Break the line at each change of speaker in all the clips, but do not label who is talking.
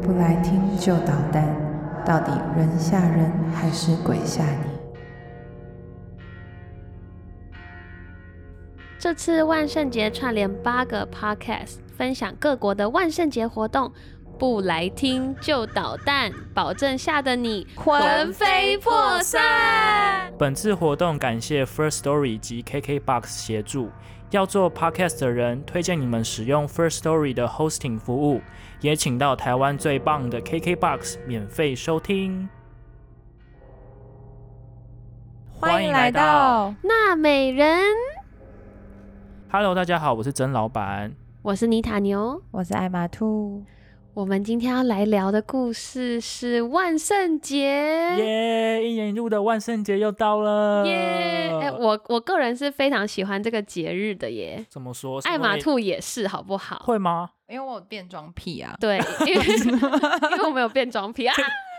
不来听就捣蛋，到底人吓人还是鬼吓你？
这次万圣节串联八个 podcast，分享各国的万圣节活动，不来听就捣蛋，保证吓得你魂飞魄散。
本次活动感谢 First Story 及 KKBox 协助。要做 podcast 的人，推荐你们使用 First Story 的 hosting 服务，也请到台湾最棒的 KKBox 免费收听。欢迎来到
娜美人，
Hello，大家好，我是曾老板。
我是妮塔牛。
我是艾玛兔。
我们今天要来聊的故事是万圣节。
耶、一年一度的万圣节又到了。
耶！哎，我我个人是非常喜欢这个节日的耶，
怎么说？是
艾玛
会
兔也是，好不好？
会吗？
因为我有变装癖啊，
对，因为 因为我没有变装皮啊，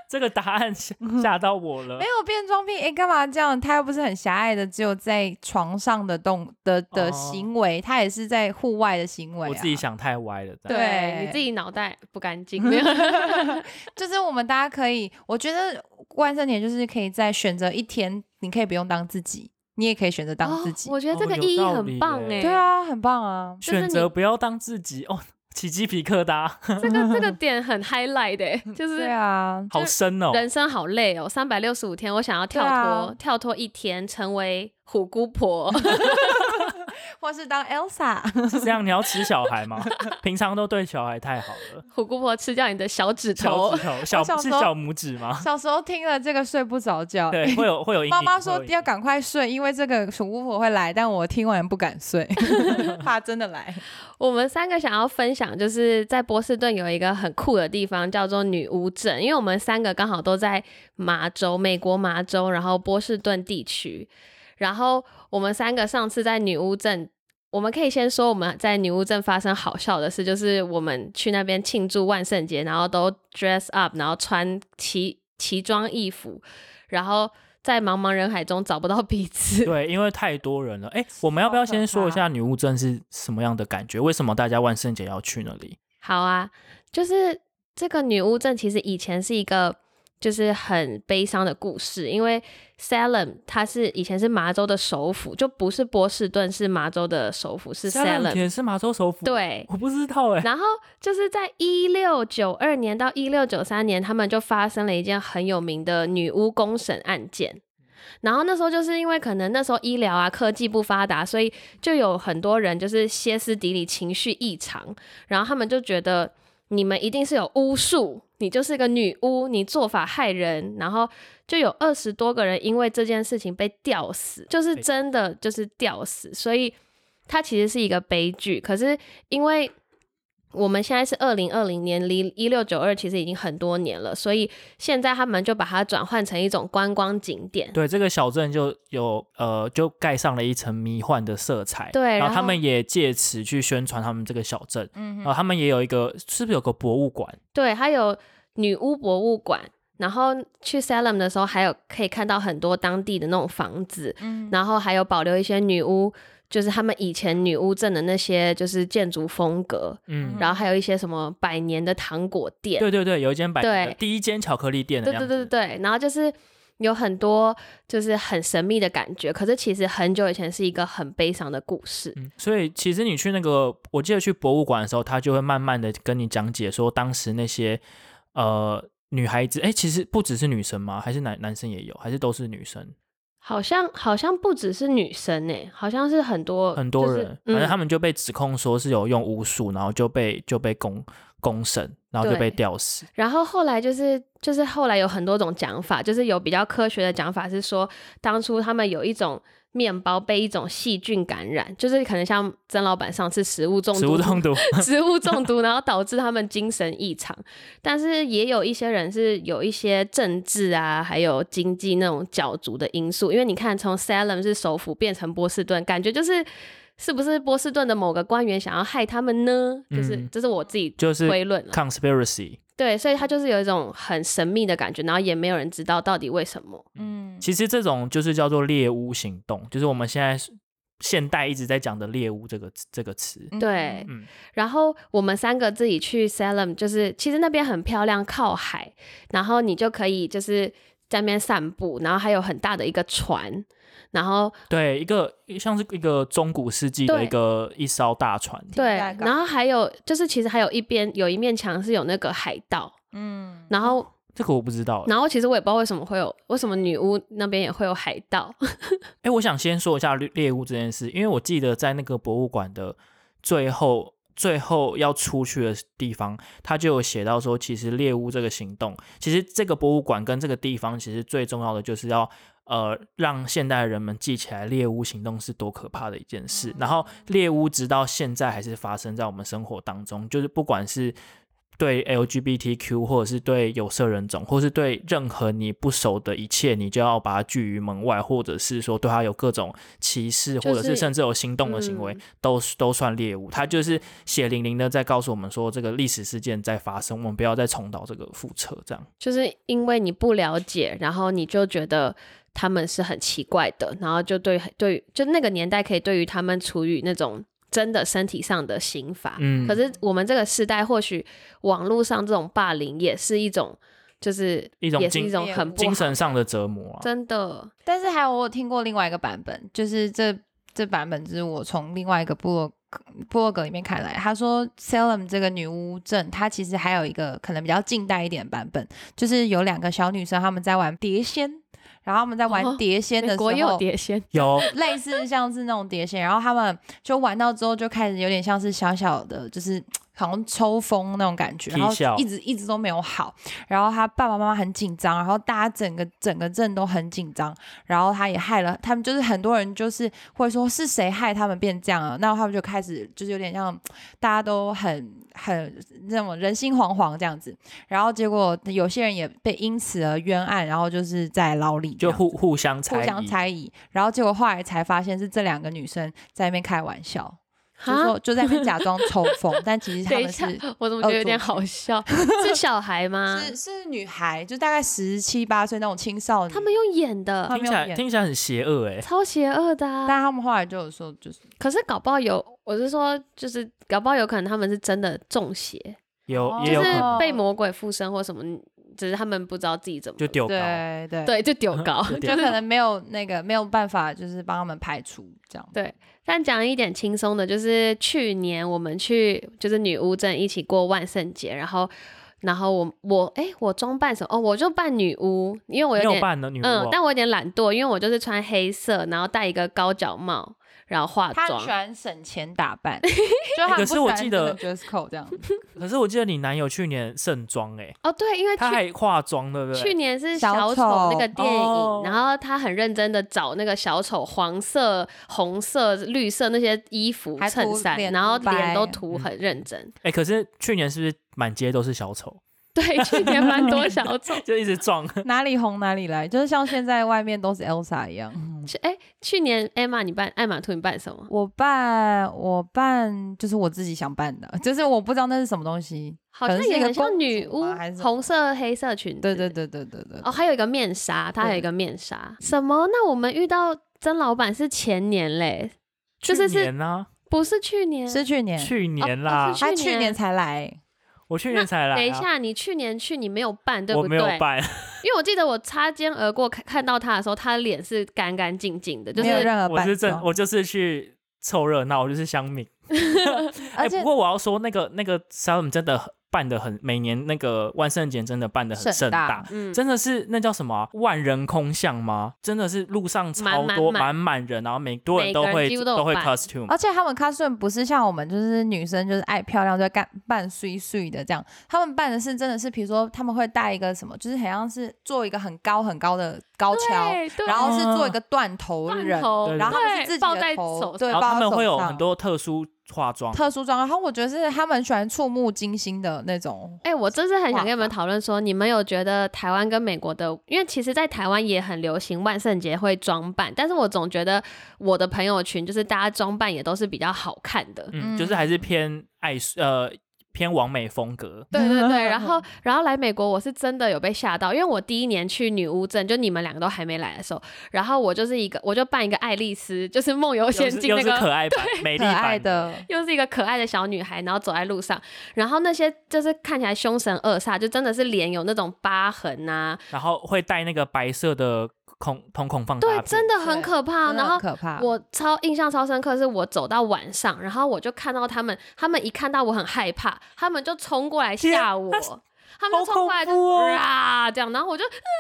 这个答案吓吓到我了
没。有变装癖，哎、干嘛这样？他又不是很狭隘的，只有在床上的动的的
哦
行为，他也是在户外的行为、啊。
我自己，想太歪了。
对
你自己脑袋不干 净，没有
啊就是我们大家可以，我觉得万圣节就是可以在选择一天，你可以不用当自己，你也可以选择当自己。
哦我觉得这
哦
个
有
意义
道
很
理
棒哎、
耶
对，啊，很棒啊！
就是
选
你
择不要当自己哦，起鸡皮疙瘩，
这个这个 点很 highlight 哎、就是
对 啊，
好深哦。
人生好累哦，三百六十五天，我想要跳脱、
对啊
跳脱一天，成为虎姑婆。
或是当 Elsa，
是这样，你要吃小孩吗？ 平常都对小孩太好了，
虎姑婆吃掉你的小指头
小，指头小
小
是
时候
小拇指吗？
小时候听了这个睡不着觉。
对，会有会有阴影。
妈妈
会
说
有阴
要赶快睡，因为这个鼠巫婆会来，但我听完不敢 睡，怕真的来。
我们三个想要分享，就是在波士顿有一个很酷的地方，叫做女巫镇，因为我们三个刚好都在麻州，美国麻州，然后波士顿地区，然后我们三个上次在女巫镇。我们可以先说我们在女巫镇发生好笑的事，就是我们去那边庆祝万圣节，然后都 dress up，然后穿奇奇装异服，然后在茫茫人海中找不到彼此。
对，因为太多人了。哎，我们要不要先说一下女巫镇是什么样的感觉？为什么大家万圣节要去那里？
好啊，就是这个女巫镇其实以前是一个就是很悲伤的故事，因为 Salem 它是以前是麻州的首府，就不是波士顿，是麻州的首府是
香港
Salem。
也是麻州首府。，
对，
我不知道哎。
然后就是在一六九二年到一六九三年，他们就发生了一件很有名的女巫公审案件。然后那时候就是因为可能那时候医疗啊科技不发达，所以就有很多人就是歇斯底里、情绪异常，然后他们就觉得你们一定是有巫术，你就是个女巫，你做法害人，然后就有二十多个人因为这件事情被吊死，就是真的就是吊死，所以它其实是一个悲剧。可是因为我们现在是二零二零年，离一六九二其实已经很多年了，所以现在他们就把它转换成一种观光景点。
对，这个小镇就有呃，就盖上了一层迷幻的色彩。
对
然
然后
后他们也借此去宣传他们这个小镇。
嗯
然后他们也有一个，是不是有个博物馆？
对，还有女巫博物馆。然后去 Salem 的时候，还有可以看到很多当地的那种房子，
嗯，
然后还有保留一些女巫，就是他们以前女巫镇的那些就是建筑风格，
嗯，
然后还有一些什么百年的糖果店，
对对对，有一间百年的
对
第一间巧克力店的
对
样
对
子。
对对，然后就是有很多就是很神秘的感觉，可是其实很久以前是一个很悲伤的故事。
嗯，所以其实你去那个，我记得去博物馆的时候，他就会慢慢的跟你讲解说，当时那些呃女孩子，哎，其实不只是女生吗？还是男男生也有，还是都是女生？
好像好像不只是女生诶、好像是很多
很多
就是
人，反正
嗯
他们就被指控说是有用巫术，然后就被就被公公审，然后就被
对
吊死。
然后后来就是就是后来有很多种讲法，就是有比较科学的讲法是说，当初他们有一种面包被一种细菌感染，就是可能像曾老板上次食物中毒，
食物中 毒，
食物中毒，然后导致他们精神异常。但是也有一些人是有一些政治啊，还有经济那种角逐的因素。因为你看，从 Salem 是首府变成波士顿，感觉就是是不是波士顿的某个官员想要害他们呢？就是、
嗯
这是我自己
就是
推论了。
conspiracy。
对，所以他就是有一种很神秘的感觉，然后也没有人知道到底为什么。
嗯，
其实这种就是叫做猎巫行动，就是我们现在现代一直在讲的猎物这个这个词。
嗯
对，
嗯
然后我们三个自己去 Salem，就是其实那边很漂亮，靠海，然后你就可以就是在那边散步，然后还有很大的一个船，然后
对，一个像是一个中古世纪的
对
一个一艘大船，
对，
大港
然后还有就是其实还有一边有一面墙是有那个海盗，
嗯，
然后、
这个我不知道欸。
然后其实我也不知道为什么会有为什么女巫那边也会有海盗，
哎、我想先说一下猎猎物这件事，因为我记得在那个博物馆的最后最后要出去的地方，他就有写到说，其实猎物这个行动，其实这个博物馆跟这个地方，其实最重要的就是要。呃，让现代人们记起来猎巫行动是多可怕的一件
嗯
事。然后，猎巫直到现在还是发生在我们生活当中，就是不管是对 LGBTQ，或者是对有色人种，或是对任何你不熟的一切，你就要把它拒于门外，或者是说对他有各种歧视，
就是
或者是甚至有行动的 行为，
嗯
都都算猎物。他就是血淋淋的在告诉我们说，这个历史事件在发生，我们不要再重蹈这个覆辙。这样，
就是因为你不了解，然后你就觉得他们是很奇怪的，然后就对对，就那个年代可以对于他们处于那种真的身体上的刑罚。
嗯
可是我们这个时代，或许网络上这种霸凌也是一种，就是
一种
也是
精
一种很不
精神上的折磨啊。
真的
但是还有我有听过另外一个版本，就是这这版本就是我从另外一个部落格部落格里面看来，他说 Salem 这个女巫镇，它其实还有一个可能比较近代一点的版本，就是有两个小女生她们在玩碟仙，然后她们在玩
哦
碟仙的
美
时候，
国也有碟仙，
有
类似像是那种碟仙，然后他们就玩到之后就开始有点像是小小的，就是好像抽风那种感觉，
踢
然后
笑
一直一直都没有好。然后他爸爸妈妈很紧张，然后大家整个整个镇都很紧张，然后他也害了他们，就是很多人就是会说是谁害他们变这样了，那他们就开始就是有点像大家都很很那种人心惶惶这样子，然后结果有些人也被因此而冤案，然后就是在牢里这
就
样
互互相猜
互
疑，
相猜疑，然后结果后来才发现是这两个女生在那边开玩笑，就
哈
说就在那边假装抽 风，但其实她
等一
们
下啊
是，
我怎么觉得有点好笑？哦 是小孩吗？
是是女孩，就大概十七八岁那种青少年。
他们用演的，
听起来听起来很邪恶哎、
超邪恶的、啊。
但他们后来就有说，就是
可是搞不好有，我是说，就是搞不好有可能他们是真的中邪，
有
哦
也
就
有
是
可能
被魔鬼附身或什么，嗯只是他们不知道自己怎么
就丢高，
对对，
对就丢高。
就
就
丢
可能没有那个没有办法，就是帮他们排除这样。
但讲一点轻松的，就是去年我们去就是女巫镇一起过万圣节，然后然后我我哎、我装扮什么？哦，我就扮女巫，因为我有
没有
点
扮的女巫
嗯
哦、，
但我有点懒惰，因为我就是穿黑色，然后戴一个高脚帽，然后化
他
妆
很喜。欢省钱打 扮，就很
可是我记得
dress code 这样，
可是我记得你男友去年盛装哎、
哦，对，因为
他
去
还化妆对不对？
去年是
小
小
丑
丑那个电影，
哦
然后他很认真的找那个小丑黄色、红色、绿色那些衣服
还涂
衬衫，
脸
然后
涂白嗯
脸都涂很认真。
哎、可是去年是不是满街都是小丑，
对，去年蛮多小 丑。
就一直撞？
哪里红哪里来，就是像现在外面都是 Elsa 一样。
去哎、去年 Emma 你扮艾玛兔你扮什么？
我办，我办，就是我自己想办的，就是我不知道那是什么东西。
好
可
像
能是
也
一个
很像女
公
巫
主吗还是，什么
红色黑色裙子。
对对。对对对对。
哦，还有一个面纱，它
对
还有一个面纱。什么？那我们遇到曾老板是前年嘞，就是
去
是
年啊，
不是去年？
是去年，
去年啦，
哦哦是去
他
年
去年才来，
我去年才来、啊。
等一下，你去年去你没有办，对不
我
对？
没有扮，
因为我记得我擦肩而过看看到他的时候，他脸是干干净净的，就
没有
是
任何
我
扮
是
哦
正，
装，
我就是去凑热闹，我就是乡民。哎、
而且
不过我要说，那个那个 Salem 真的很办的很，每年那个万圣节真的办的很
盛
盛
大
大。
嗯，
真的是那叫什么啊、万人空巷吗？真的是路上超多
满满满
满满人，然后每多人
每
都
个人
会
几乎都有哦
都会
扮
costume，
而且他们 costume 不是像我们就是女生就是爱漂亮就干扮碎碎的这样，他们扮的是真的是，比如说他们会戴一个什么，就是好像是做一个很高很高的高跷，
哦
对，对
然后是做一
嗯
个断头
罐
人，
头
对，
然后他们是
对
自己
抱在
的
手上。
头，对，
然后他
抱在
们
手
会有
上
很多特殊化妆，
特殊妆，然后我觉得是他们很喜欢触目惊心的那种，
哎、我真是很想跟你
画
们
法
讨论说，你们有觉得台湾跟美国的，因为其实，在台湾也很流行万圣节会装扮，但是我总觉得我的
嗯
朋友群就是大家装扮也都是比较好看的，
嗯，就是还是偏爱呃偏完美风格。
对对对， 然后然后来美国，我是真的有被吓到，因为我第一年去女巫镇，就你们两个都还没来的时候，然后我就是一个，我就扮一个爱丽丝，就是梦游仙
又是
境
又
那
是可
个，
爱版、美丽
可爱
版，
的，
又是一个可爱的小女孩，然后走在路上，然后那些就是看起来凶神恶煞，就真的是脸有那种疤痕啊，
然后会戴那个白色的孔瞳孔放大
对，
片，
真的很
对
可怕。
真的
啊然
很
后
可怕。
我超印象超深刻，是我走到晚上，然后我就看到他们，他们一看到我很害怕，他们就冲过来吓 我
天啊，
他们就冲过来
好恐怖
就
哦
啊这样，然后我就
嗯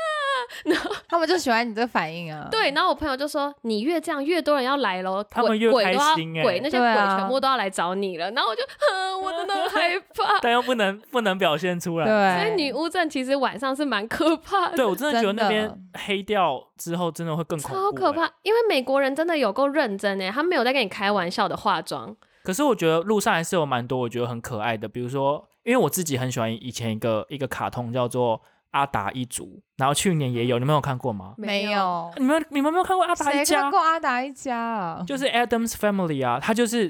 他们就喜欢你这反应啊。
对，然后我朋友就说你越这样，越多人要来喽，
他们
鬼
越
鬼
开
都要
心欸
鬼那些
对
鬼
啊
全部都要来找你了，然后我就，哼，我真的很害怕。
但又不能不能表现出 来。
对，
所以女巫镇其实晚上是蛮可怕的，
对，我真的觉得
真的
那边黑掉之后，真的会更恐怖、
超可
欸。
怕，因为美国人真的有够认真哎，他没有在跟你开玩笑的化妆。
可是我觉得路上还是有蛮多我觉得很可爱的，比如说，因为我自己很喜欢以前一个一个卡通叫做《阿达一族》，然后去年也有，你们有看过吗？
没，有，
你们你们有没有看过《阿达一
谁
家
看》？过阿达一家啊？
就是 Adams Family 啊，他就是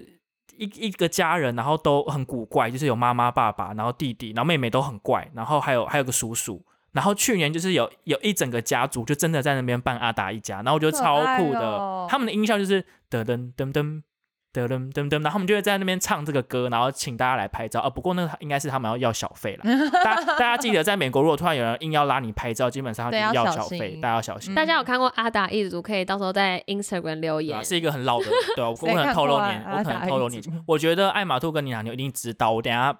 一一个家人，然后都很古怪，就是有妈妈、爸爸，然后弟弟，然后妹妹都很怪，然后还有还有个叔叔。然后去年就是有有一整个家族就真的在那边办阿达一家，然后我觉得超酷
可爱
的。
哦
他们的音效就是噔噔噔噔噔噔噔噔，然后他们就会在那边唱这个歌，然后请大家来拍照。啊，不过那个应该是他们要要小费 啦。大家大家记得，在美国如果突然有人硬要拉你拍照，基本上他
对
就是
要
要
小
小费，
心
大家要小心。
大家有看过阿达一族，可以到时候在 Instagram 留
对
言
啊，。是一个很老 的，对啊、我
谁
我可能
看
透露
过啊
年，
阿
我可
达
能透
一
露年
族
纪。我觉得艾玛兔跟尼塔牛一定知道，我等一下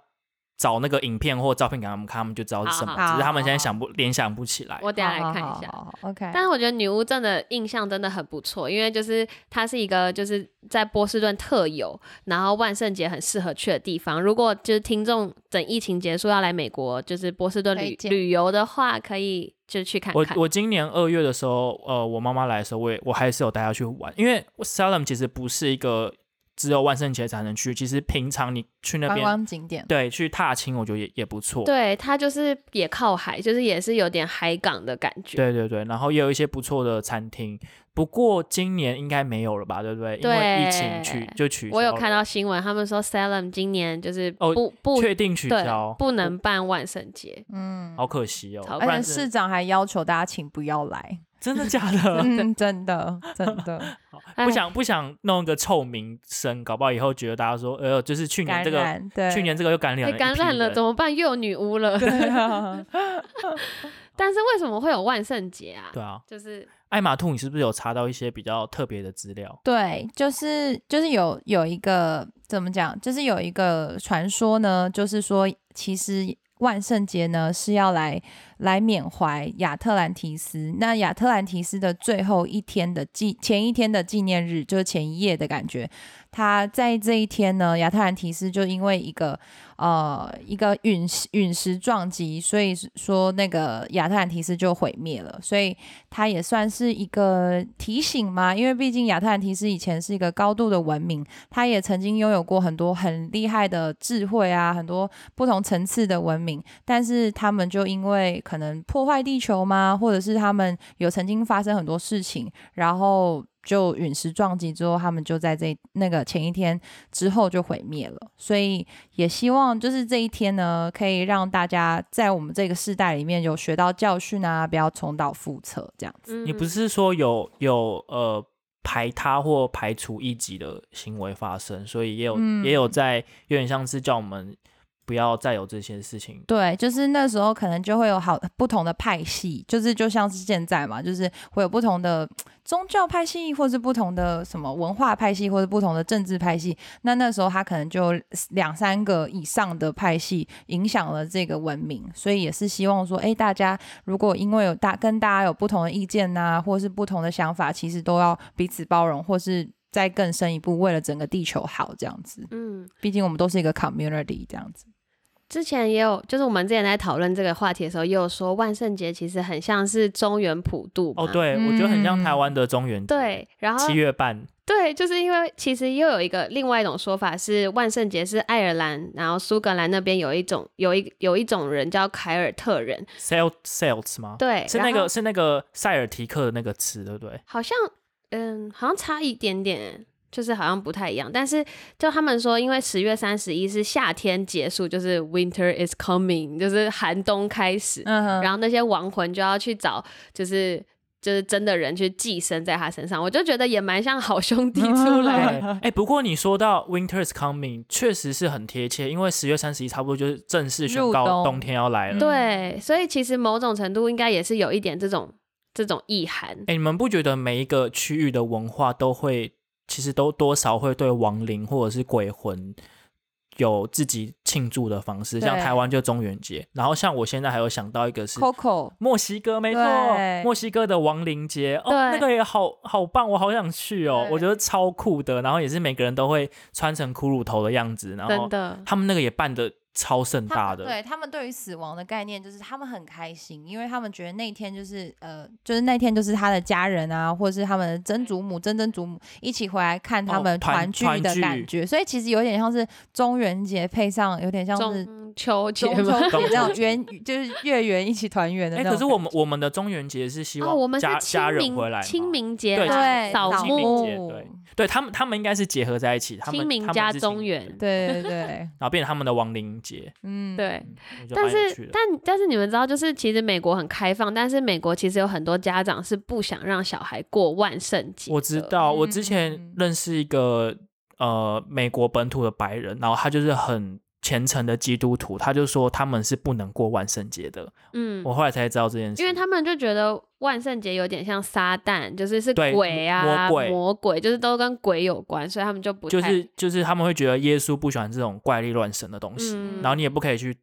找那个影片或照片给他们看，他们就知道是什么，
好
只是他们
啊好
现在
好
想不联想不起来。
我等一下来看一下。
下。OK，
但是我觉得女巫镇的印象真的很不错，因为就是它是一个就是在波士顿特有，然后万圣节很适合去的地方。如果就是听众等疫情结束要来美国，就是波士顿旅
推荐
旅游的话，可以就去看
我
看。
我今年二月的时候，呃，我妈妈来的时候，我也我还是有带她去玩，因为 Salem 其实不是一个只有万圣节才能去，其实平常你去那
观
边
光景点，
对去踏青，我觉得也也不错。
对，它就是也靠海，就是也是有点海港的感觉。
对对对，然后也有一些不错的餐厅，不过今年应该没有了吧，对不对？因为疫情取
对
就取消
我
了。
有看到新闻，他们说 Salem 今年就是不、
哦
不
确定取
对
消，
不能办万圣节，
嗯，
好可惜哦，
超
不
而
然
且
真
市长还要求大家请不要 来，
真的假的？
嗯，真的真的
哎
不想不想弄一个臭名声，搞不好以后觉得大家说，呃，就是去年
感
这个，
染对，
去年 这个又感染
被
了，
感染了怎。么办？又有女巫了。
对啊，
但是为什么会有万圣节啊？
对啊，
就是
艾玛兔，你是不是有查到一些比较特别的资料？
对，就是就是有有一个怎么讲，就是有一个传说呢，就是说其实。万圣节呢是要来来缅怀亚特兰提斯，那亚特兰提斯的最后一天的纪前一天的纪念日，就是前一夜的感觉。他在这一天呢，亚特兰提斯就因为一个呃一个陨石陨石撞击，所以说那个亚特兰提斯就毁灭了，所以它也算是一个提醒嘛，因为毕竟亚特兰提斯以前是一个高度的文明，它也曾经拥有过很多很厉害的智慧啊，很多不同层次的文明，但是他们就因为可能破坏地球嘛，或者是他们有曾经发生很多事情，然后就陨石撞击之后，他们就在这那个前一天之后就毁灭了，所以也希望就是这一天呢，可以让大家在我们这个世代里面有学到教训啊，不要重蹈覆辙这样子。
嗯
你不是说有有呃排他或排除异己的行为发生，所以也有、
嗯
也有在有点像是叫我们不要再有这些事情。
对，就是那时候可能就会有好不同的派系，就是就像是现在嘛，就是会有不同的宗教派系，或是不同的什么文化派系，或是不同的政治派系。那那时候他可能就两三个以上的派系影响了这个文明，所以也是希望说，哎，大家如果因为有大跟大家有不同的意见呐、或是不同的想法，其实都要彼此包容，或是再更深一步，为了整个地球好这样子。
嗯，
毕竟我们都是一个 community 这样子。
之前也有，就是我们之前在讨论这个话题的时候，也有说万圣节其实很像是中原普渡嘛
哦，对，我觉得很像台
嗯
湾的中原节
啊对，然后
七月半，
对，就是因为其实又有一个另外一种说法是，万圣节是爱尔兰，然后苏格兰那边有一种有一有一种人叫凯尔特人，
Celt Celts 吗？，
对，
是
然
那个
后
是那个塞尔提克的那个词，对不对？
好像嗯，好像差一点点，就是好像不太一样。但是就他们说，因为十月三十一是夏天结束，就是 Winter is coming，就是寒冬开始，
嗯哼，
然后那些亡魂就要去找，就是。就是真的人去寄生在他身上，我就觉得也蛮像好兄弟出来的
哎、哎不过你说到 Winter is coming，确实是很贴切，因为十月三十一差不多就是正式宣
入
告
冬
冬天要来了。
嗯
对，所以其实某种程度应该也是有一点这种这种意涵。
哎、你们不觉得每一个区域的文化都会，其实都多少会对亡灵或者是鬼魂有自己庆祝的方式？像
对
台湾就中元节，然后像我现在还有想到一个是
Coco
墨西哥，没错，
对
墨西哥的亡灵节，哦，
对
那个也好好棒，我好想去哦，
对
我觉得超酷的。然后也是每个人都会穿成骷髅头的样子，然
真
后
的，
他们那个也办的超盛
他
大
们
的，
对他们对于死亡的概念，就是他们很开心，因为他们觉得那一天就是呃，就是那天就是他的家人啊，或者是他们的曾祖母、曾曾祖母一起回来看他
哦
们团
团
聚
团
的
聚
感觉，所以其实有点像是中元节配上有点像是
中秋节
中秋
吗？
节那
中
种圆，就是月圆一起团圆的
哎、
那种。
可是我们我们的中元节是希
哦，
望
我们是
家、家
清
人回
明
来嘛，
清明节
对
啦，
对
扫
扫
清明
墓，
节，
墓
对，对他们他们应该是结合在一起，他们
清明
他们
加
是
中
清明
原
节
对对对，
然后变成他们的亡灵节，
嗯，
对。
我觉得
但
蛮有趣
是，
的。
但但是你们知道，就是其实美国很开放，但是美国其实有很多家长是不想让小孩过万圣节。
我知，道，我
嗯
之
嗯
前
嗯
认识一个呃美国本土的白人，然后他就是很虔诚的基督徒，他就说他们是不能过万圣节的。
嗯，
我后来才知道这件事，
因为他们就觉得万圣节有点像撒旦，就是是
对嗯
鬼啊、
魔鬼
就是都跟鬼有关，所以他们就不
就
太
是就是他们会觉得耶稣不喜欢这种怪力乱神的东西，
嗯
然后你也不可以去。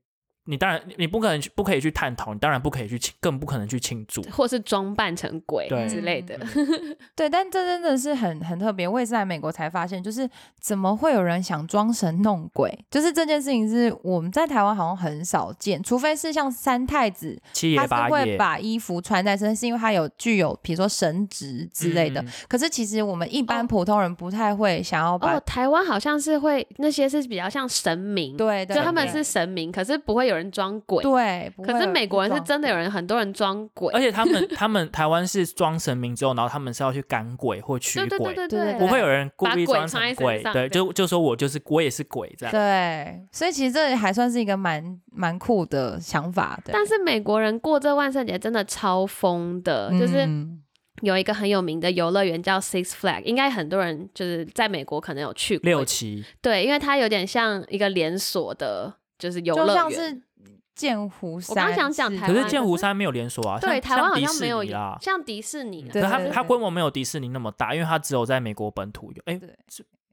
你当然，你你不可能去，不可以去探讨，你当然不可以去庆，更不可能去庆祝。
或是装扮成鬼
对
之类的。
嗯对，但这真的是很很特别。我也是来美国才发现，就是怎么会有人想装神弄鬼？就是这件事情是我们在台湾好像很少见，除非是像三太子，
七
他
爷
是
八
会
爷嗯
把衣服穿在身上，是因为他有具有比如说神职之类的。
嗯嗯
可是其实我们一般
哦
普通人不太会想要把、
哦，台湾好像是会那些是比较像神明，
对对，
就他们
对
是神明，可是不会有人装鬼。
对，不
可
会
是
有
美国人是
装
真的有人，很多人装鬼
而。且 他们他们台湾是装神明之后，然后他们是要去赶鬼或驱
对
鬼，
对对对
对对
对，
不会有人故
呃把
意
鬼
装
藏
成
在
鬼
身，上对
对，就就说我就是我也是鬼这样。
对，所以其实这还算是一个蛮蛮酷的想法的。
但是美国人过这万圣节真的超疯的，就是
嗯
有一个很有名的游乐园叫 Six Flag，应该很多人就是在美国可能有去过。
六旗
对，因为它有点像一个连锁的，就是游
就
乐
像
园。
是剑湖山，
我刚想讲台
可
湾
是剑湖山没有连锁啊，
对，
像
台湾好
像迪
像
士
没有
尼啦，嗯
像迪士尼啊。
可
对
是它
对对
它规模没有迪士尼那么大，因为它只有在美国本土有。哎，
对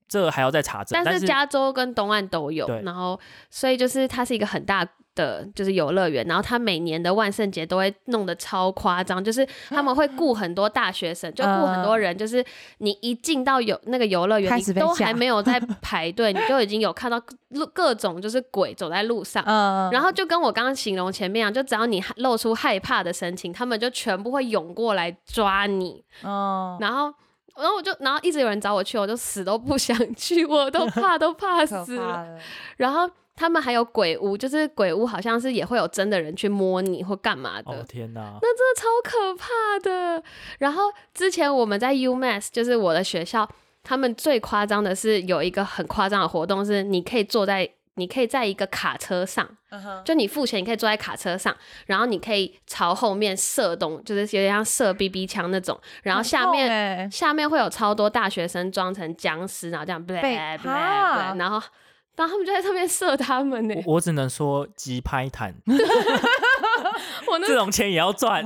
这还要再查证。但
但是加州跟东岸都有
对，
然后所以就是它是一个很大的就是游乐园，然后它每年的万圣节都会弄得超夸张，就是他们 会雇很多大学生，就雇很多人，就是你一进到游那个游乐园，
嗯开
你
始被吓
都还没有在排队，你就已经有看到各各种就是鬼走在路上。
嗯
然后就跟我刚刚形容前面啊，就只要你露出害怕的神情，他们就全部会涌过来抓你。
嗯，
然后，然后我就，然后一直有人找我去，我就死都不想去，我都怕，都怕
嗯可
死
怕
了。
了，
然后他们还有鬼屋，就是鬼屋好像是也会有真的人去摸你或干嘛的，
哦天哪，
真的超可怕的。然后之前我们在 UMass，就是我的学校，他们最夸张的是有一个很夸张的活动，是你可以坐在。你可以在一个卡车上，
嗯哼
就你付钱，你可以坐在卡车上，然后你可以朝后面射东，就是有点像射 BB 枪那种，然后
很
下
痛
面
欸
下面会有超多大学生装成僵尸，然后这样 blah
被
blah
哈
blah，然后然后他们就在上面射他们呢、
我我只能说急拍坦，
我那
这种钱也要 赚。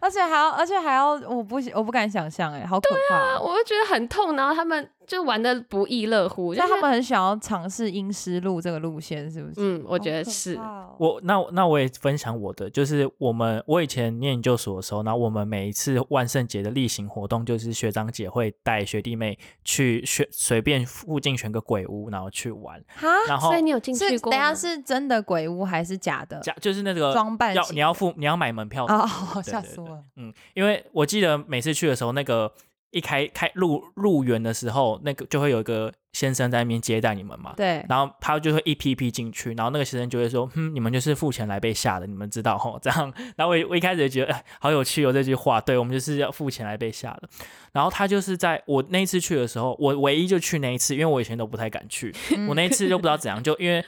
而且还要，而且还要，我不我不敢想象，哎，好可怕。
啊我就觉得很痛，然后他们就玩的不亦乐乎，就
那
是
哦他们很想要尝试阴湿路这个路线，是不是？
嗯，我
我
觉得是。
哦
我那那我也分享我的，就是我们我以前念研究所的时候，然后我们每一次万圣节的例行活动，就是学长姐会带学弟妹去选随便附近选个鬼屋，然后去玩，
哈，
然后
所以你有进去
是
过
等
吗？
一下是真的鬼屋还是假的？
假就是那个
装扮
要
型
你要付你要买门票
啊，
对
吓
对
死我了！
嗯，因为我记得每次去的时候，那个一开开入入园的时候，那个就会有一个先生在那边接待你们嘛，
对，
然后他就会一批一批进去，然后那个先生就会说：“哼、你们就是付钱来被吓的，你们知道吼？” 这样，然后我我一开始也觉得、哎好有趣哦，这句话，对我们就是要付钱来被吓的。然后他就是在我那一次去的时候，我唯一就去那一次，因为我以前都不太敢去，我那一次就不知道怎样，就因为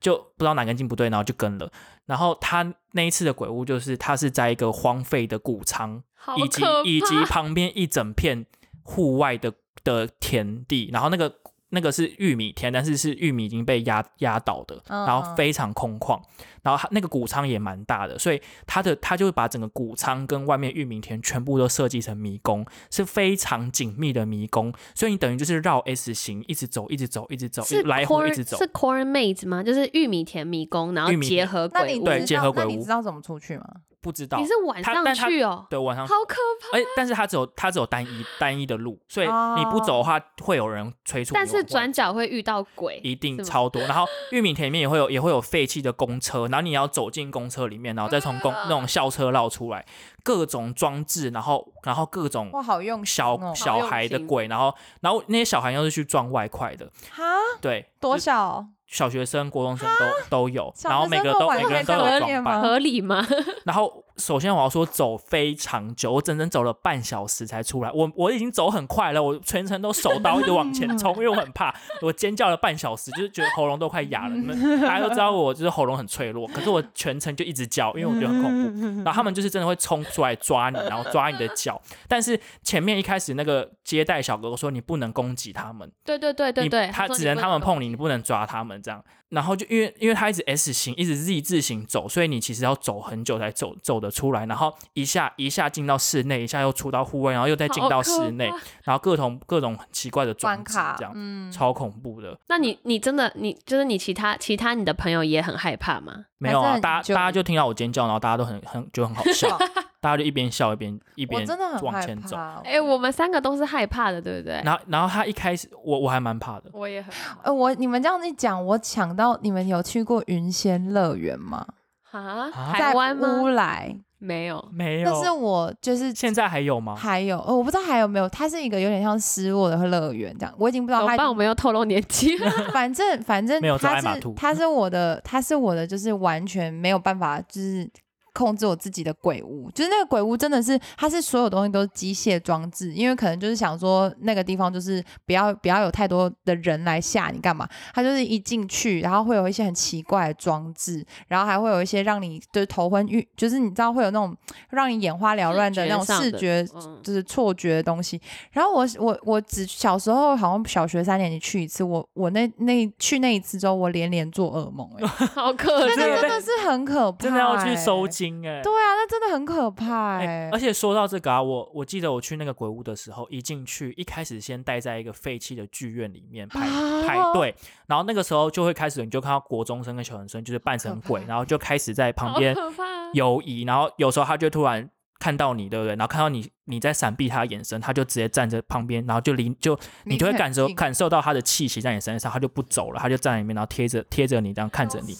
就不知道哪根筋不对，然后就跟了。然后他那一次的鬼屋就是他是在一个荒废的谷仓，
好
以及
可怕，
以及旁边一整片户外的的田地，然后那个那个是玉米田，但是是玉米已经被压压倒的，
嗯
然后非常空旷，然后它那个谷仓也蛮大的，所以它的它就把整个谷仓跟外面玉米田全部都设计成迷宫，是非常紧密的迷宫，所以你等于就是绕 S 型一直走，一直走，一直走，一
是
直来回一
corn
直走
是。corn maze 吗？就是玉米田迷宫，然后
玉米
结
田
合
那
鬼
你
屋。
对
知
结
道
合
那
鬼
你
屋嗯
知道怎么出去吗？
不知道
你是晚
它
上
但它嗯
去哦、
对晚上
好可怕！哦
而且但是它只有它只有单一单一的路，所以你不走的话，会有人催促你往
但
回走。
是转角会遇到鬼，
一定
是吗
超多。然后玉米田里面也会有也会有废弃的公车，然后你要走进公车里面，然后再从公
啊
那种校车绕出来，各种装置，然后然后各种
哇，好用心
小
哦！
小孩的鬼，然后然后那些小孩又是去赚外快的，
哈，
对，
多
就是
小？哦
小学生、国中生都都有，
啊小学生
然后每个
那
都
晚
每个人都
上可
有
以
装
练
扮
吗。
合理 吗？
然后首先我要说走非常久，我整整走了半小时才出来。我我已经走很快了，我全程都手刀一直往前冲，因为我很怕，我尖叫了半小时，就是觉得喉咙都快哑了。你们大家都知道我就是喉咙很脆弱，可是我全程就一直叫，因为我觉得很恐 怖。
嗯
然后他们就是真的会冲出来抓你，然后抓你的脚。但是前面一开始那个接待小哥哥说你不能攻击他们，
对对对对
你
对，
他
说
只
你
能
不
他们
动
碰你，你不能抓他们这样。然后就因为因为他一直 S 型，一直 Z 字型走，所以你其实要走很久才走走得出来。然后一下一下进到室内，一下又出到户外，然后又再进
好
到
可
室内
怕，
然后各种各种很奇怪的装
关
置
卡
这，样，
嗯，
超恐怖的。
那你你真的你就是你其他其他你的朋友也很害怕吗？
没有
还是
啊，
很
大家
久，
大家就听到我尖叫，然后大家都很很就很好笑 大家就一边笑一边一
我
边
真的很
往
害
前走。
怕。哦
哎、我们三个都是害怕的，对不对？
然后然后他一开始我我还蛮怕的，
我也很
呃，我你们这样一讲，我想到你们有去过云仙乐园吗？
啊，
啊
台湾
在乌
吗？
来，
没有，
没有
但。是我就是
现在还有吗？
还有，呃，我不知道还有没有，它是一个有点像失落的乐园这样，我已经不知道
怎
它
么
已
办？哦
经
我们又透露年纪 了。
反正反正
没有在
他
爱马
是
兔
他是我的，他是我的，就是完全没有办法，就是。控制我自己的鬼屋，就是那个鬼屋真的是，它是所有东西都是机械装置，因为可能就是想说那个地方就是不要不要有太多的人来吓你干嘛，它就是一进去，然后会有一些很奇怪的装置，然后还会有一些让你就是头昏欲，就是你知道会有那种让你眼花缭乱的那种视觉
嗯
就是错觉的东西。然后我我我只小时候好像小学三年级去一次，我我那那去那一次之后，我连连做噩梦、 欸，
好可
那
真
个
的
怜。
真的是很可怕、
真的要去
欸
收金哎、
对啊，那真的很可怕、
哎
欸，
而且说到这个啊，我我记得我去那个鬼屋的时候，一进去一开始先待在一个废弃的剧院里面排、
啊
排队，然后那个时候就会开始，你就看到国中生跟小学生就是扮成
好
鬼
可，怕
然后就开始在旁
哦
好
边
可怕！
游移，然后有时候他就突然看到你，对不对？然后看到你你在闪避他的眼神，他就直接站在旁边，然后就离就你就会
离很
感受
近
感受到他的气息在你身上，他就不走了，他就站在里面，然后贴着贴着你这样看着
哦
你。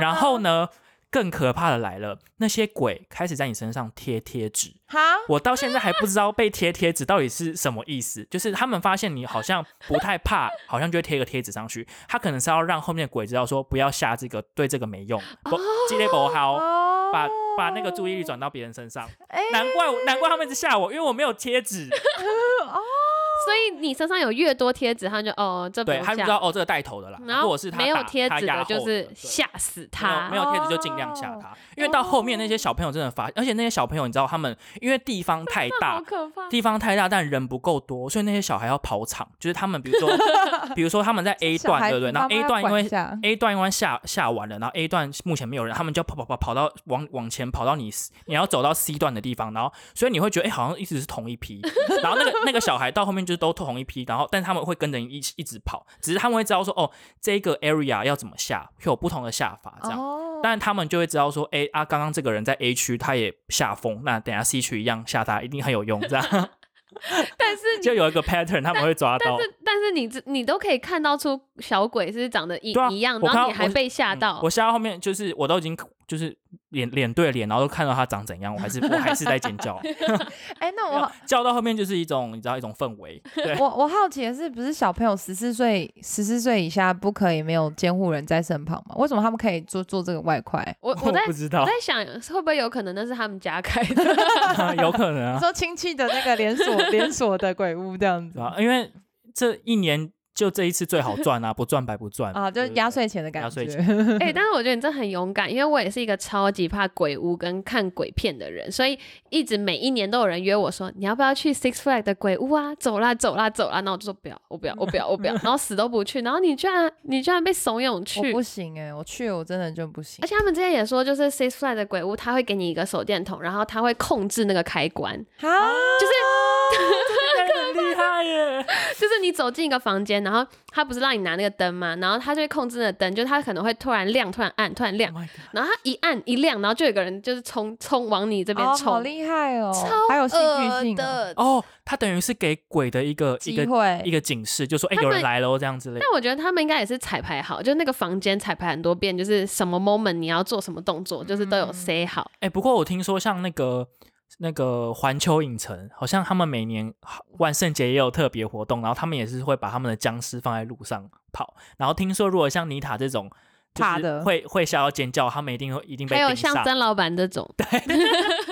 然后呢，更可怕的来了，那些鬼开始在你身上贴贴纸。
哈，
我到现在还不知道被贴贴纸到底是什么意思，就是他们发现你好像不太怕，好像就会贴个贴纸上去。他可能是要让后面的鬼知道说不要下这个，对这个没用，
哦
不，今天不好，
哦
把把那个注意力转到别人身上。
哎
难怪我难怪他们一直吓我，因为我没有 贴纸。
所以你身上有越多贴纸，他就哦，这不
对，
用
他们知
吓
道哦，这个带头的啦，
然
或
后
者是他
没有
打
贴
他
纸
压
的，
后
就是
对
吓死
没
他。
有没有贴纸就尽量吓
哦
他，因为到后面那些小朋友真的发，而且那些小朋友你知道他们因为地方太大
好，可怕！
地方太大，但人不够多，所以那些小孩要跑场，就是他们比 如说比如说他们在 A
小
段
孩
对不对？
子
然后
妈妈
A
要
段因
管
为
一下
A 段因为下下完了，然后 A 段目前没有人，他们就跑跑跑跑到往往前跑到你你要走到 C 段的地方，然后所以你会觉得哎、好像一直是同一批， 然后那个那个小孩到后面就是都同一批，然后但他们会跟着你一起一直跑，只是他们会知道说哦这个 area 要怎么下，会有不同的下法这样。
哦，
但他们就会知道说，哎、啊，刚刚这个人在 A 区他也下风，那等下 C 区一样下他，一定很有用，这 样
但是你
就有一个 pattern，他们会抓
但。
到
是但是你这你都可以看到出小鬼是长得一、
对啊
一样，
我
然
看
后
到
你还被吓
嗯
到
我，吓到后面就是我都已经就是脸脸对脸，然后都看到他长怎样，我还 是我还是在尖叫，
哎、那我
叫到后面就是一种你知道一种氛围，对，
我我好奇的是，不是小朋友十四岁十四岁以下不可以没有监护人在身旁吗？为什么他们可以做做这个外快？
我我
我
在
不知道
在，想会不会有可能那是他们家开的，
有可能 啊，
说亲戚的那个连 锁连锁的鬼屋这样子
对吧？啊因为这一年就这一次最好赚啊，不赚白不赚
啊，就是
对
压岁钱的感
压岁
觉。
哎、但是我觉得你这很勇敢，因为我也是一个超级怕鬼屋跟看鬼片的人，所以一直每一年都有人约我说你要不要去 Six Flag 的鬼屋啊？走啦走啦走啦！然后我就说不要，我不要，我不要，我不 要，然后死都不去。然后你居然你居然被怂恿
我
去
不，行哎、我去我真的就不行
而。且他们之前也说，就是 Six Flag 的鬼屋，他会给你一个手电筒，然后他会控制那个开关，
啊，
很厉害耶！
就是你走进一个房间，然后他不是让你拿那个灯吗？然后他就会控制那个灯，就是他可能会突然亮，突然暗，突然亮
Oh my，
然后他一暗一亮，然后就有一个人就是冲冲往你这边
哦，
冲，
好厉害哦，还有戏剧
呃
性哦、
的。
哦，他等于是给鬼的一个一
机
个一
会。
个警示，就说哎、
他们
有人来喽这样之类的
但我觉得他们应该也是彩排好，就那个房间彩排很多遍，就是什么 moment 你要做什么动作，就是都有 say 好。
哎、不过我听说像那个那个环球影城，好像他们每年万圣节也有特别活动，然后他们也是会把他们的僵尸放在路上跑。然后听说如果像妮塔这种，就
怕
是
的
会会吓到尖叫，他们一定会一定被
还有
盯
像
上
曾老板这种，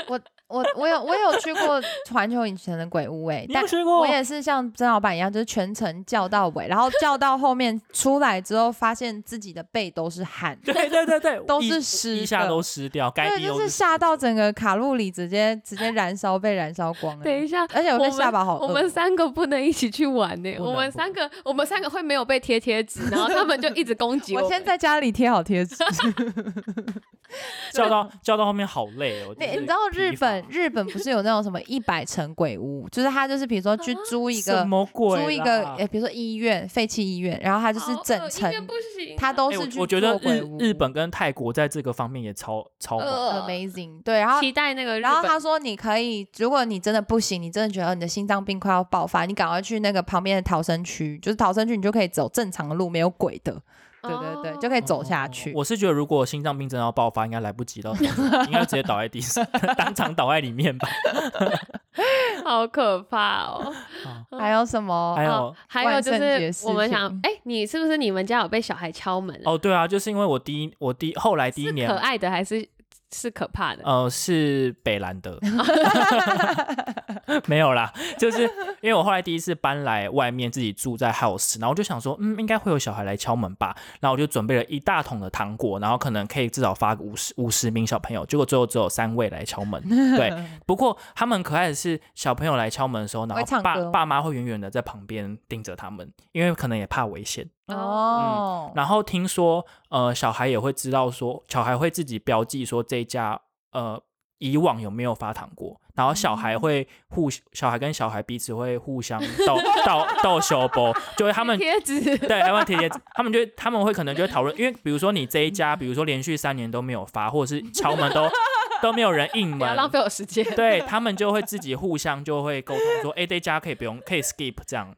我我我有我有去过环球影城的鬼屋哎、
你有
但
去过
我也是像曾老板一样，就是全程叫到尾，然后叫到后面出来之后，发现自己的背都是汗，
对对对对，
都
一
是湿
一下
的
都湿掉，该
对，
滴
就
都
是
湿
吓到整个卡路里直接直接燃烧被燃烧光了。欸
等一下。
而且我
我
的
们
下巴好
我
饿
们三个不能一起去玩呢、
不能
我们
不
三个，我们三个会没有被贴贴纸，然后他们就一直攻 击
我
们
先在家里贴好贴 纸。
叫到叫到后面好累哦。就
你
是
你知道日
疲乏
本日本不是有那种什么一百层鬼屋，就是他就是比如说去
啊
租一
什
个
么鬼啦？
租一个，呃，比如说医院废弃医院，然后他就是
好
整
恶
层
音乐，不行啊，
他都
哎
哦是
我
去
我觉得
做呃鬼
日
屋
日本跟泰国在这个方面也超超猛。
amazing 对，然后
呃期待那个日
然后
本
他说你可以，如果你真的不行，你真的觉得你的心脏病快要爆发，你赶快去那个旁边的逃生区，就是逃生区你就可以走正常的路，没有鬼的，对对对，
哦
就可以走下去。
我是觉得，如果心脏病真的要爆发，应该来不及到现场，应该直接倒在地上， 当场倒在里面 吧。
好可怕哦！
还有什么？
还有
哦还有就
万圣节
是我们
事情
想，哎、你是不是你们家有被小孩敲门啊？
哦，对啊，就是因为我第一，我第后来第一
是
年
可，爱的还是是可怕的？
呃，是北兰的， 没有啦，就是因为我后来第一次搬来外面自己住在 house，然后我就想说，嗯，应该会有小孩来敲门吧，然后我就准备了一大桶的糖果，然后可能可以至少发五十五十名小朋友，结果最后只有三位来敲 门，对，不过他们很可爱的是，小朋友来敲门的时候，然
会
后
唱
爸
歌哦
爸妈会远远的在旁边盯着他们，因为可能也怕危险。
哦，
然后听说，呃，小孩也会知道说，小孩会自己标记说这一家，呃，以往有没有发糖果，然后小
嗯
孩会互，小孩跟小孩彼此会互相 斗斗斗修波，就会 他们。
贴纸，
对，他们贴贴纸，他们就会他们会可能就会讨 论，因为比如说你这一
嗯
家，比如说连续三年都没有发，或者是敲门 都都没有人应
不要
门，
浪费我时 间。
对他们就会自己互相就会沟通说，哎、这家可以不用，可以 skip 这样。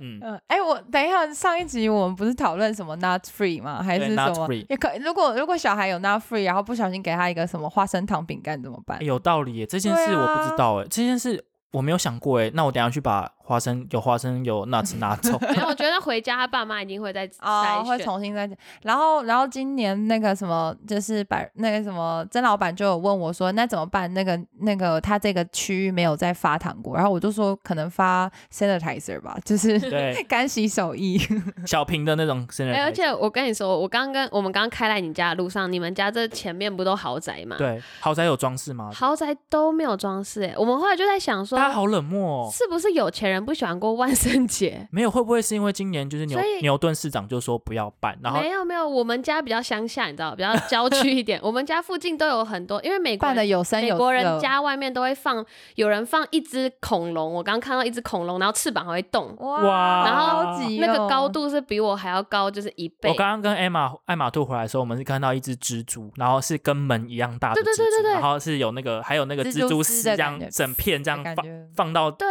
嗯，
嗯，哎、我等一下，上一集我们不是讨论什么 not free 吗？还
对
是什
nut
么
free？
也可如果如果小孩有 not free，然后不小心给他一个什么花生糖饼干怎么办
欸？有道理耶，这件事
对啊
我不知道哎、这件事我没有想过哎，那我等一下去把花生有花生 有 nuts 拿走。
没有，我觉得回家他爸妈一定会再
哦，
筛
会
选。
重新再讲。然后，然后今年那个什么，就是百那个什么曾老板就有问我说，那怎么办？那个那个他这个区域没有在发糖果，然后我就说可能发 sanitizer 吧，就是
对，
干洗手液。
小瓶的那种生日
哎、
派对，
而且我跟你说，我刚跟我们刚开来你家的路上，你们家这前面不都豪宅嘛？，
对豪宅有装饰吗？
豪宅都没有装饰。哎，我们后来就在想说
大，家好冷漠哦。
是不是有钱人不喜欢过万圣节？
没有，会不会是因为今年就是牛
所以
牛顿市长就说不要办，然后
没有没有，我们家比较乡下，你知道，比较郊区 一点。我们家附近都有很多，因为美国
办的有声有
美
色。
国人家外面都会放，有人放一只恐龙，我刚看到一只恐龙，然后翅膀还会动，
哇
哇，
啊然
高
后
级
那个
哦
高度是比我还要高，就是一倍。
我刚刚跟艾玛艾玛兔回来的时候，我们是看到一只蜘蛛，然后是跟门一样大的蜘
对
蛛，
对对对对
然后是有那个还有那个
蜘
蜘
蛛
蛛
丝
丝
的
这样
感觉
整片这样
的感
放
觉
放到
对，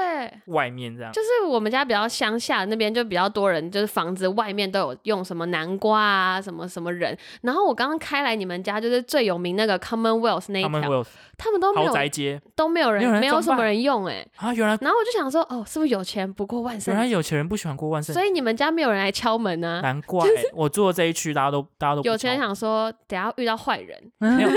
外面这样。
就是我们家比较乡下那边，就比较多人，就是房子外面都有用什么南瓜啊，什么什么人。然后我刚刚开来你们家，就是最有名那个 Commonwealth 那一条，
他们会有
他们都没
豪
有
宅街
都没有人，
没有人
没有
装
什么
扮
人用哎、
啊，原来
然后我就想说，哦，是不是有钱不过万圣
原来
节？
有钱人不喜欢过万圣
所
节，
以你们家没有人来敲门啊？
难怪我住的这一区大家都大家都不
有钱人
敲
想说，等下遇到坏人，
没有，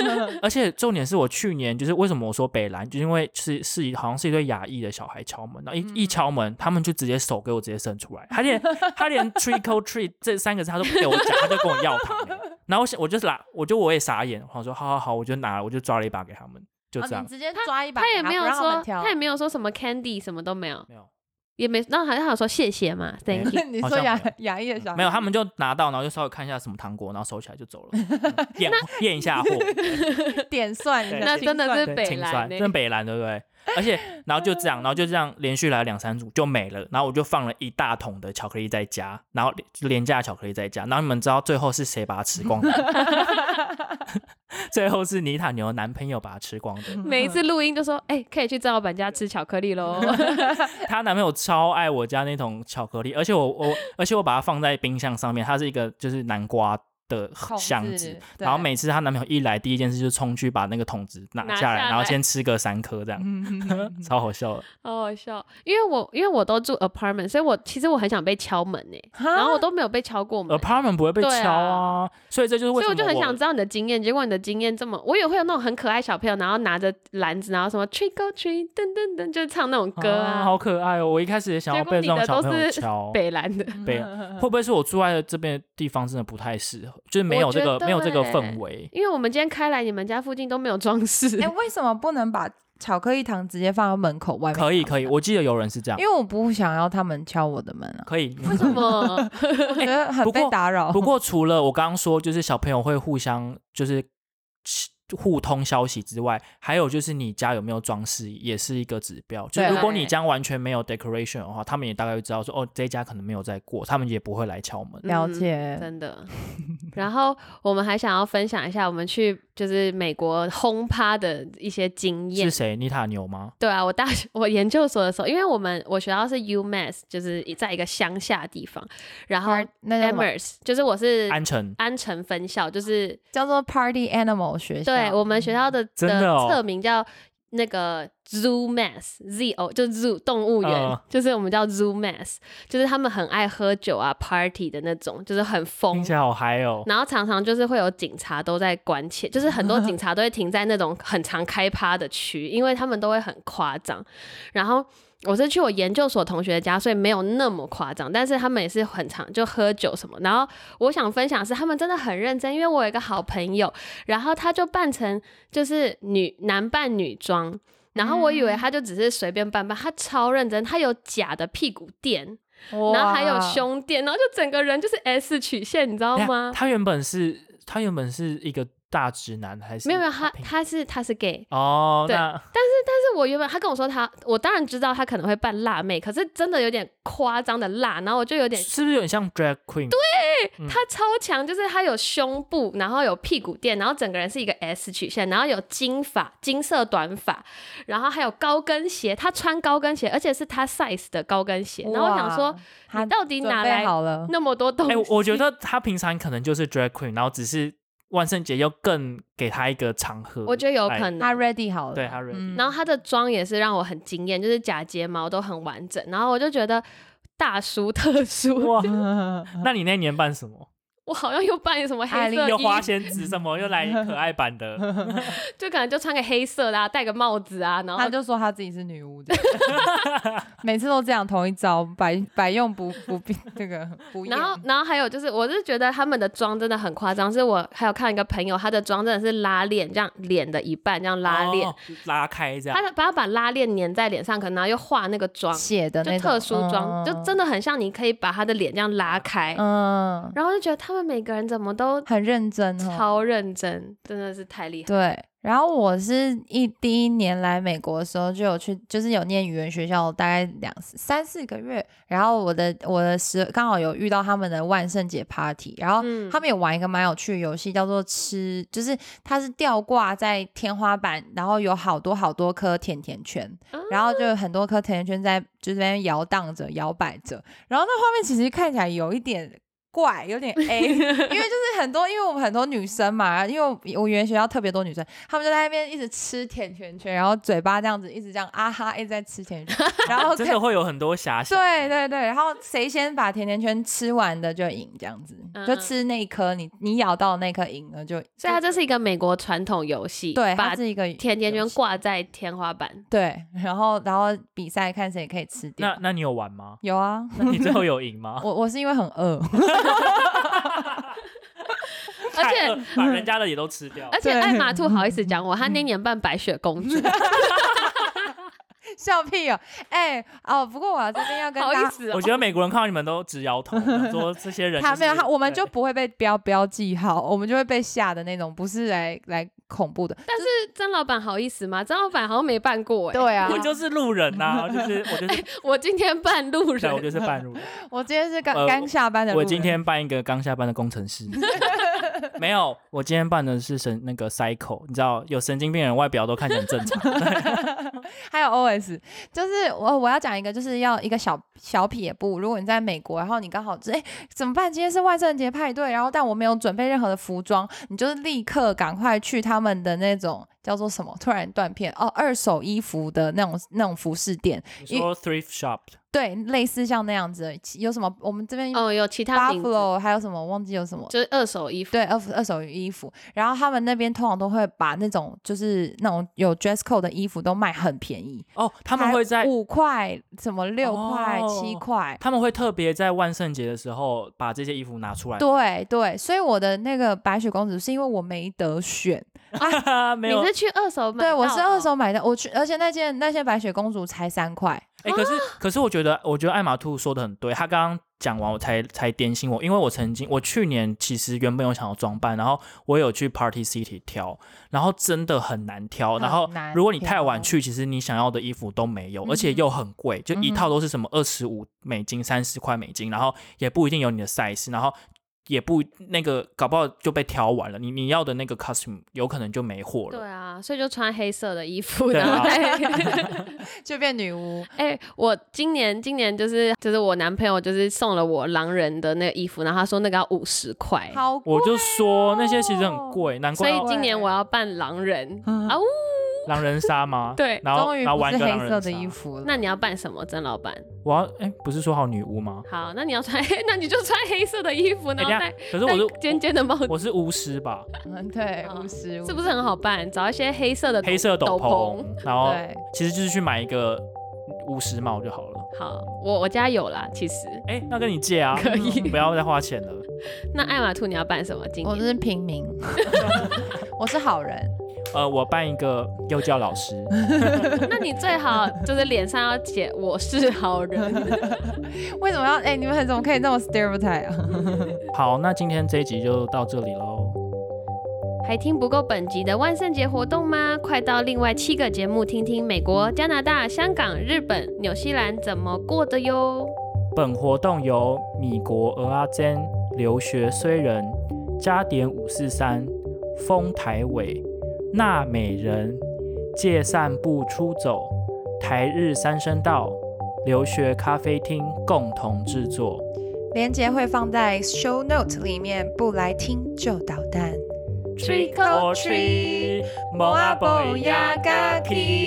而且重点是我去年就是为什么我说北兰，就是因为是是一好像是一对亚裔的小孩敲门，然后一、
嗯
一敲门，他们就直接手给我直接伸出来，他连他连 trick or treat 这三个字他都不给我讲，他就跟我要糖 欸，然后我想我就拿，我就我也傻眼，我想说好好好，我就拿了，我就抓了一把给他们，就
哦
这样
你，直接抓一把
他
给
也
他，
没有
不让
说，
们挑
他 也没有说什么 candy，什么都没有，
没有
也没，然后好像有说谢谢嘛
没有
，thank you。
你
好
说
像
牙
没有
牙医的小
嗯没有，
孩
他们就拿到，然后就稍微看一下什么糖果，然后收起来就 走了，嗯验验一下货，
点算一下，
对
那
清
真的
算
是
对
北
清
兰
酸
欸
真北兰对不对？而且然后就这样，然后就这样连续来两三组就没了，然后我就放了一大桶的巧克力在家，然后廉廉价巧克力在家，然后你们知道最后是谁把它吃光的？ 最后是妮塔牛的男朋友把它吃光的，
每一次录音就说，哎、可以去张老板家吃巧克力喽。
她男朋友超爱我家那桶巧克力，而且我我而且我把它放在冰箱上面，它是一个就是南瓜。的
桶
箱
子
子，
对
然后每次她男朋友一来，第一件事就是冲去把那个桶子拿
拿
下来，
下
然后
来嗯
先吃个三颗这样， 超好笑的。
好好笑，因为我因为我都住 apartment，所以我其实我很想被敲门呢、然后我都没有被敲过门，
apartment 不会被敲
对啊
啊，所以这就是为
所以
什么
我就很想知道你的经验。结果你的经验这么，我也会有那种很可爱小朋友，然后拿着篮子，然后什么 trick or treat，噔噔噔，就是唱那种歌啊，
好可爱哦！我一开始也想要被这种小朋友敲，
北兰的。
北 会不会是我住在这边的地方真的不太适合，就是没有这
我
个
觉得
没有这个
欸
氛围，
因为我们今天开来，你们家附近都没有装饰，
哎，为什么不能把巧克力糖直接放到门口外面？啊
可以可以，，我记得有人是这样
因，为我不想要他们敲我的门啊，
可以。
为什么？
我觉得很
不
被
过
打扰。
不过除了我刚刚说，就是小朋友会互相就是互通消息之外，还有就是你家有没有装饰也是一个指标。就
对
如
对
果
啊
你家完全没有 decoration 的话，他们也大概会知道说，哦，这一家可能没有在过，他们也不会来敲门。
了
嗯
解
真的。然后我们还想要分享一下我们去就是美国轰趴的一些经验
是。谁？妮塔牛吗？
对啊，我大学 我研究所的时候，因为我们我学校是 UMass，就是在一个乡下地方，然后
Par- 那叫什么
Amherst 就是我是
安城。
安城分校，就是
叫做 Party Animal 学校。
对我们学校的
真的哦
册名叫那个 Zoo Mass Z O，就是 Zoo 动物园，
嗯
就是我们叫 Zoo Mass，就是他们很爱喝酒啊 party 的那种，就是很疯
听起。来好嗨哦！
然后常常就是会有警察都在关切，就是很多警察都会停在那种很常开趴的区，因为他们都会很夸张。然后我是去我研究所同学家，所以没有那么夸张，但是他们也是很常就喝酒什么。然后我想分享的是他们真的很认真，因为我有一个好朋友，然后他就扮成就是女男扮女装。然后我以
嗯
为他就只是随便扮扮，他超认真，他有假的屁股垫，
哇，
然后还有胸垫，然后就整个人就是 S 曲线，你知道
等一下
吗？
他原本是他原本是一个大直男还是
没有没有，他
平
他是他是 gay，
哦，
对
那
但是我原本他跟我说他，我当然知道他可能会扮辣妹，可是真的有点夸张的辣，然后我就有点
是不是有点像 drag queen？对，嗯
他超强，就是他有胸部，然后有屁股垫，然后整个人是一个 S 曲线，然后有金发金色短发，然后还有高跟鞋，他穿高跟鞋，而且是他 size 的高跟鞋，然后我想说
哇，他
你到底哪
准备
来
好了？
那么多东西？
哎、我觉得他平常可能就是 drag queen，然后只是万圣节又更给他一个场合来，
我觉得有可能
他 ready 好了，
对他 ready
嗯
然后他的妆也是让我很惊艳，就是假睫毛都很完整，然后我就觉得大叔特 叔，
哇，那你那年扮 什么？
我好像又扮什么
艾
黑
琳
色
又
衣
花
服，
仙子什么？又来可爱版的？
就可能就穿个黑色的、啊，戴个帽子啊，然后
他就说他自己是女巫的， 每次都这样同一招，百百用不不必这个不厌。
然后，然后还有就是，我是觉得他们的妆真的很夸张。是我还有看一个朋友，他的妆真的是拉链，这样脸的一半这样 拉链，
哦拉开这样
他，的把他把拉链粘在脸上，可能然后又画那个妆，
写的那
就
种嗯
特殊妆，就真的很像你可以把他的脸这样拉开，
嗯，嗯
然后就觉得他们们每个人怎么都
很认真哦。
超认真，真的是太厉害。
对，然后我是一第一年来美国的时候就有去，就是有念语言学校，大概两三四个月。然后我的我的十刚好有遇到他们的万圣节 party，然后
嗯
他们有玩一个蛮有趣的游戏，叫做吃，就是它是吊挂在天花板，然后有好多好多颗甜甜圈，然后就有很多颗甜甜圈在就这边摇荡着、摇摆着。然后那画面其实看起来有一点怪，有点 A。因为就是很多，因为我们很多女生嘛，因为我语言学校特别多女生，她们就在那边一直吃甜甜圈，然后嘴巴这样子一直这样啊哈，一直在吃甜甜圈，然 后
真
看
的会有很多遐想。
对对对，然后谁先把甜甜圈吃完的就赢，这样子
嗯
就
嗯
吃那一颗，你你咬到那颗赢了就。
所以它这是一个美国传统游戏，
对，它
把
是一个
甜甜
游
圈
戏
挂在天花 板。
对，然后然后比赛看谁可以吃掉
那。那你有玩吗？
有啊，
那你最后有赢吗？
我我是因为很饿，
而且
太饿 把人家的也都吃掉
而。且
对嗯
艾玛兔好意思讲我，她那年扮白雪公主，
笑屁哦！哎、哦，不过我这边要 跟
好
大
意
家
思哦
我觉得美国人看到你们都直摇头，想说这些人
他
就是
没有，他我们就
对
不会被标标记号，我们就会被吓的那种，不是来来恐怖的。
但是曾老板好意思吗？曾老板好像没扮过哎、
对啊，
我就是路人呐，就是我
哎
就是
我今天扮路
对，我
人，
就是半路人。
我今天是刚
呃
刚下班的路
我
人，
今天扮一个刚下班的工程 师，没有，我今天扮的是神那个 psycho，你知道有神经病人外表都看起来很 正常，
还有 OS，就是我我要讲一个，就是要一个小小撇步。如果你在美国，然后你刚好哎、怎么办？今天是万圣节派对，然后但我没有准备任何的服装，你就是立刻赶快去他们的那种叫做什么？突然断片哦，二手衣服的那种那种服饰店，
你说 thrift shop
对，类似像那样子的，有什么？我们这边有
哦，有其他名字，
嗯 Buffalo 还有什么忘记有什么？
就是二手衣服。
对，二二手衣服，然后他们那边通常都会把那种就是那种有 dress code 的衣服都卖很便宜，
哦，他们
才
会在
五块、什么六块、七
哦
块，
他们会特别在万圣节的时候把这些衣服拿出来，
对对，所以我的那个白雪公主是因为我没得选，
没有
你，是去二手买
对
到的哦？
我是二手买的，我去，而且那件那件白雪公主才三块，
哎、可是可是我觉得，我觉得艾玛兔说的很对，她刚刚讲完我才才点醒我，因为我曾经我去年其实原本有想要装扮，然后我有去 Party City 挑，然后真的很难挑，
很
然后
难
如果你太晚
挑
去，其实你想要的衣服都没有，
嗯哼
而且又很贵，就
嗯
一
哼
套都是什么二十五美金、三十块美金，然后也不一定有你的 size，然后。也不那个，搞不好就被挑完了。你你要的那个 costume 有可能就没货
对
了。
啊，所以就穿黑色的衣服，
对啊
然
啊
后在
就变女巫。
哎、 我今年今年就是就是我男朋友就是送了我狼人的那个衣服，然后他说那个要五十块，
好贵，
我就说那些其实
哦
很贵，难
所
怪
以
要
今年我要扮狼人
嗯
啊呜！
狼人杀吗？
对
然后
终于
然后
不
玩
是
一个
黑
狼人
色
杀
的衣。服了。
那你要扮什么，曾老板？
我要哎，不是说好女巫吗？
好，那你要穿，那你就穿黑 色的衣服，
哎，
然
等
后
一下
戴，
可是我
戴
是
尖尖的帽子
我，我是巫师吧？
嗯， 对，
啊
五十五
是不是很好办？找一些黑色的
黑色斗
篷。
篷，然后
呃对，
其实就是去买一个巫师帽就好了。
好，我我家有啦，其实。
哎，那跟你借啊，
可以
不要再花钱了。
那艾玛兔你要扮什么？今
我
年
是平民， 我是好人。
呃，我扮一个幼教老师，
那你最好就是脸上要写“我是好人
为什么要？哎、你们怎么可以这么 stereotype 啊？
好，那今天这一集就到这里喽。”。
还听不够本集的万圣节活动吗？快到另外七个节目听听美国、加拿大、香港、日本、纽西兰怎么过的哟。
本活动由米国俄阿珍留学虽人加点五四三丰台伟纳美人借散步出走台日三声道留学咖啡厅共同制作。
链接会放在 show note 里面，不来听就捣蛋。Trick or treat，无仔无影甲去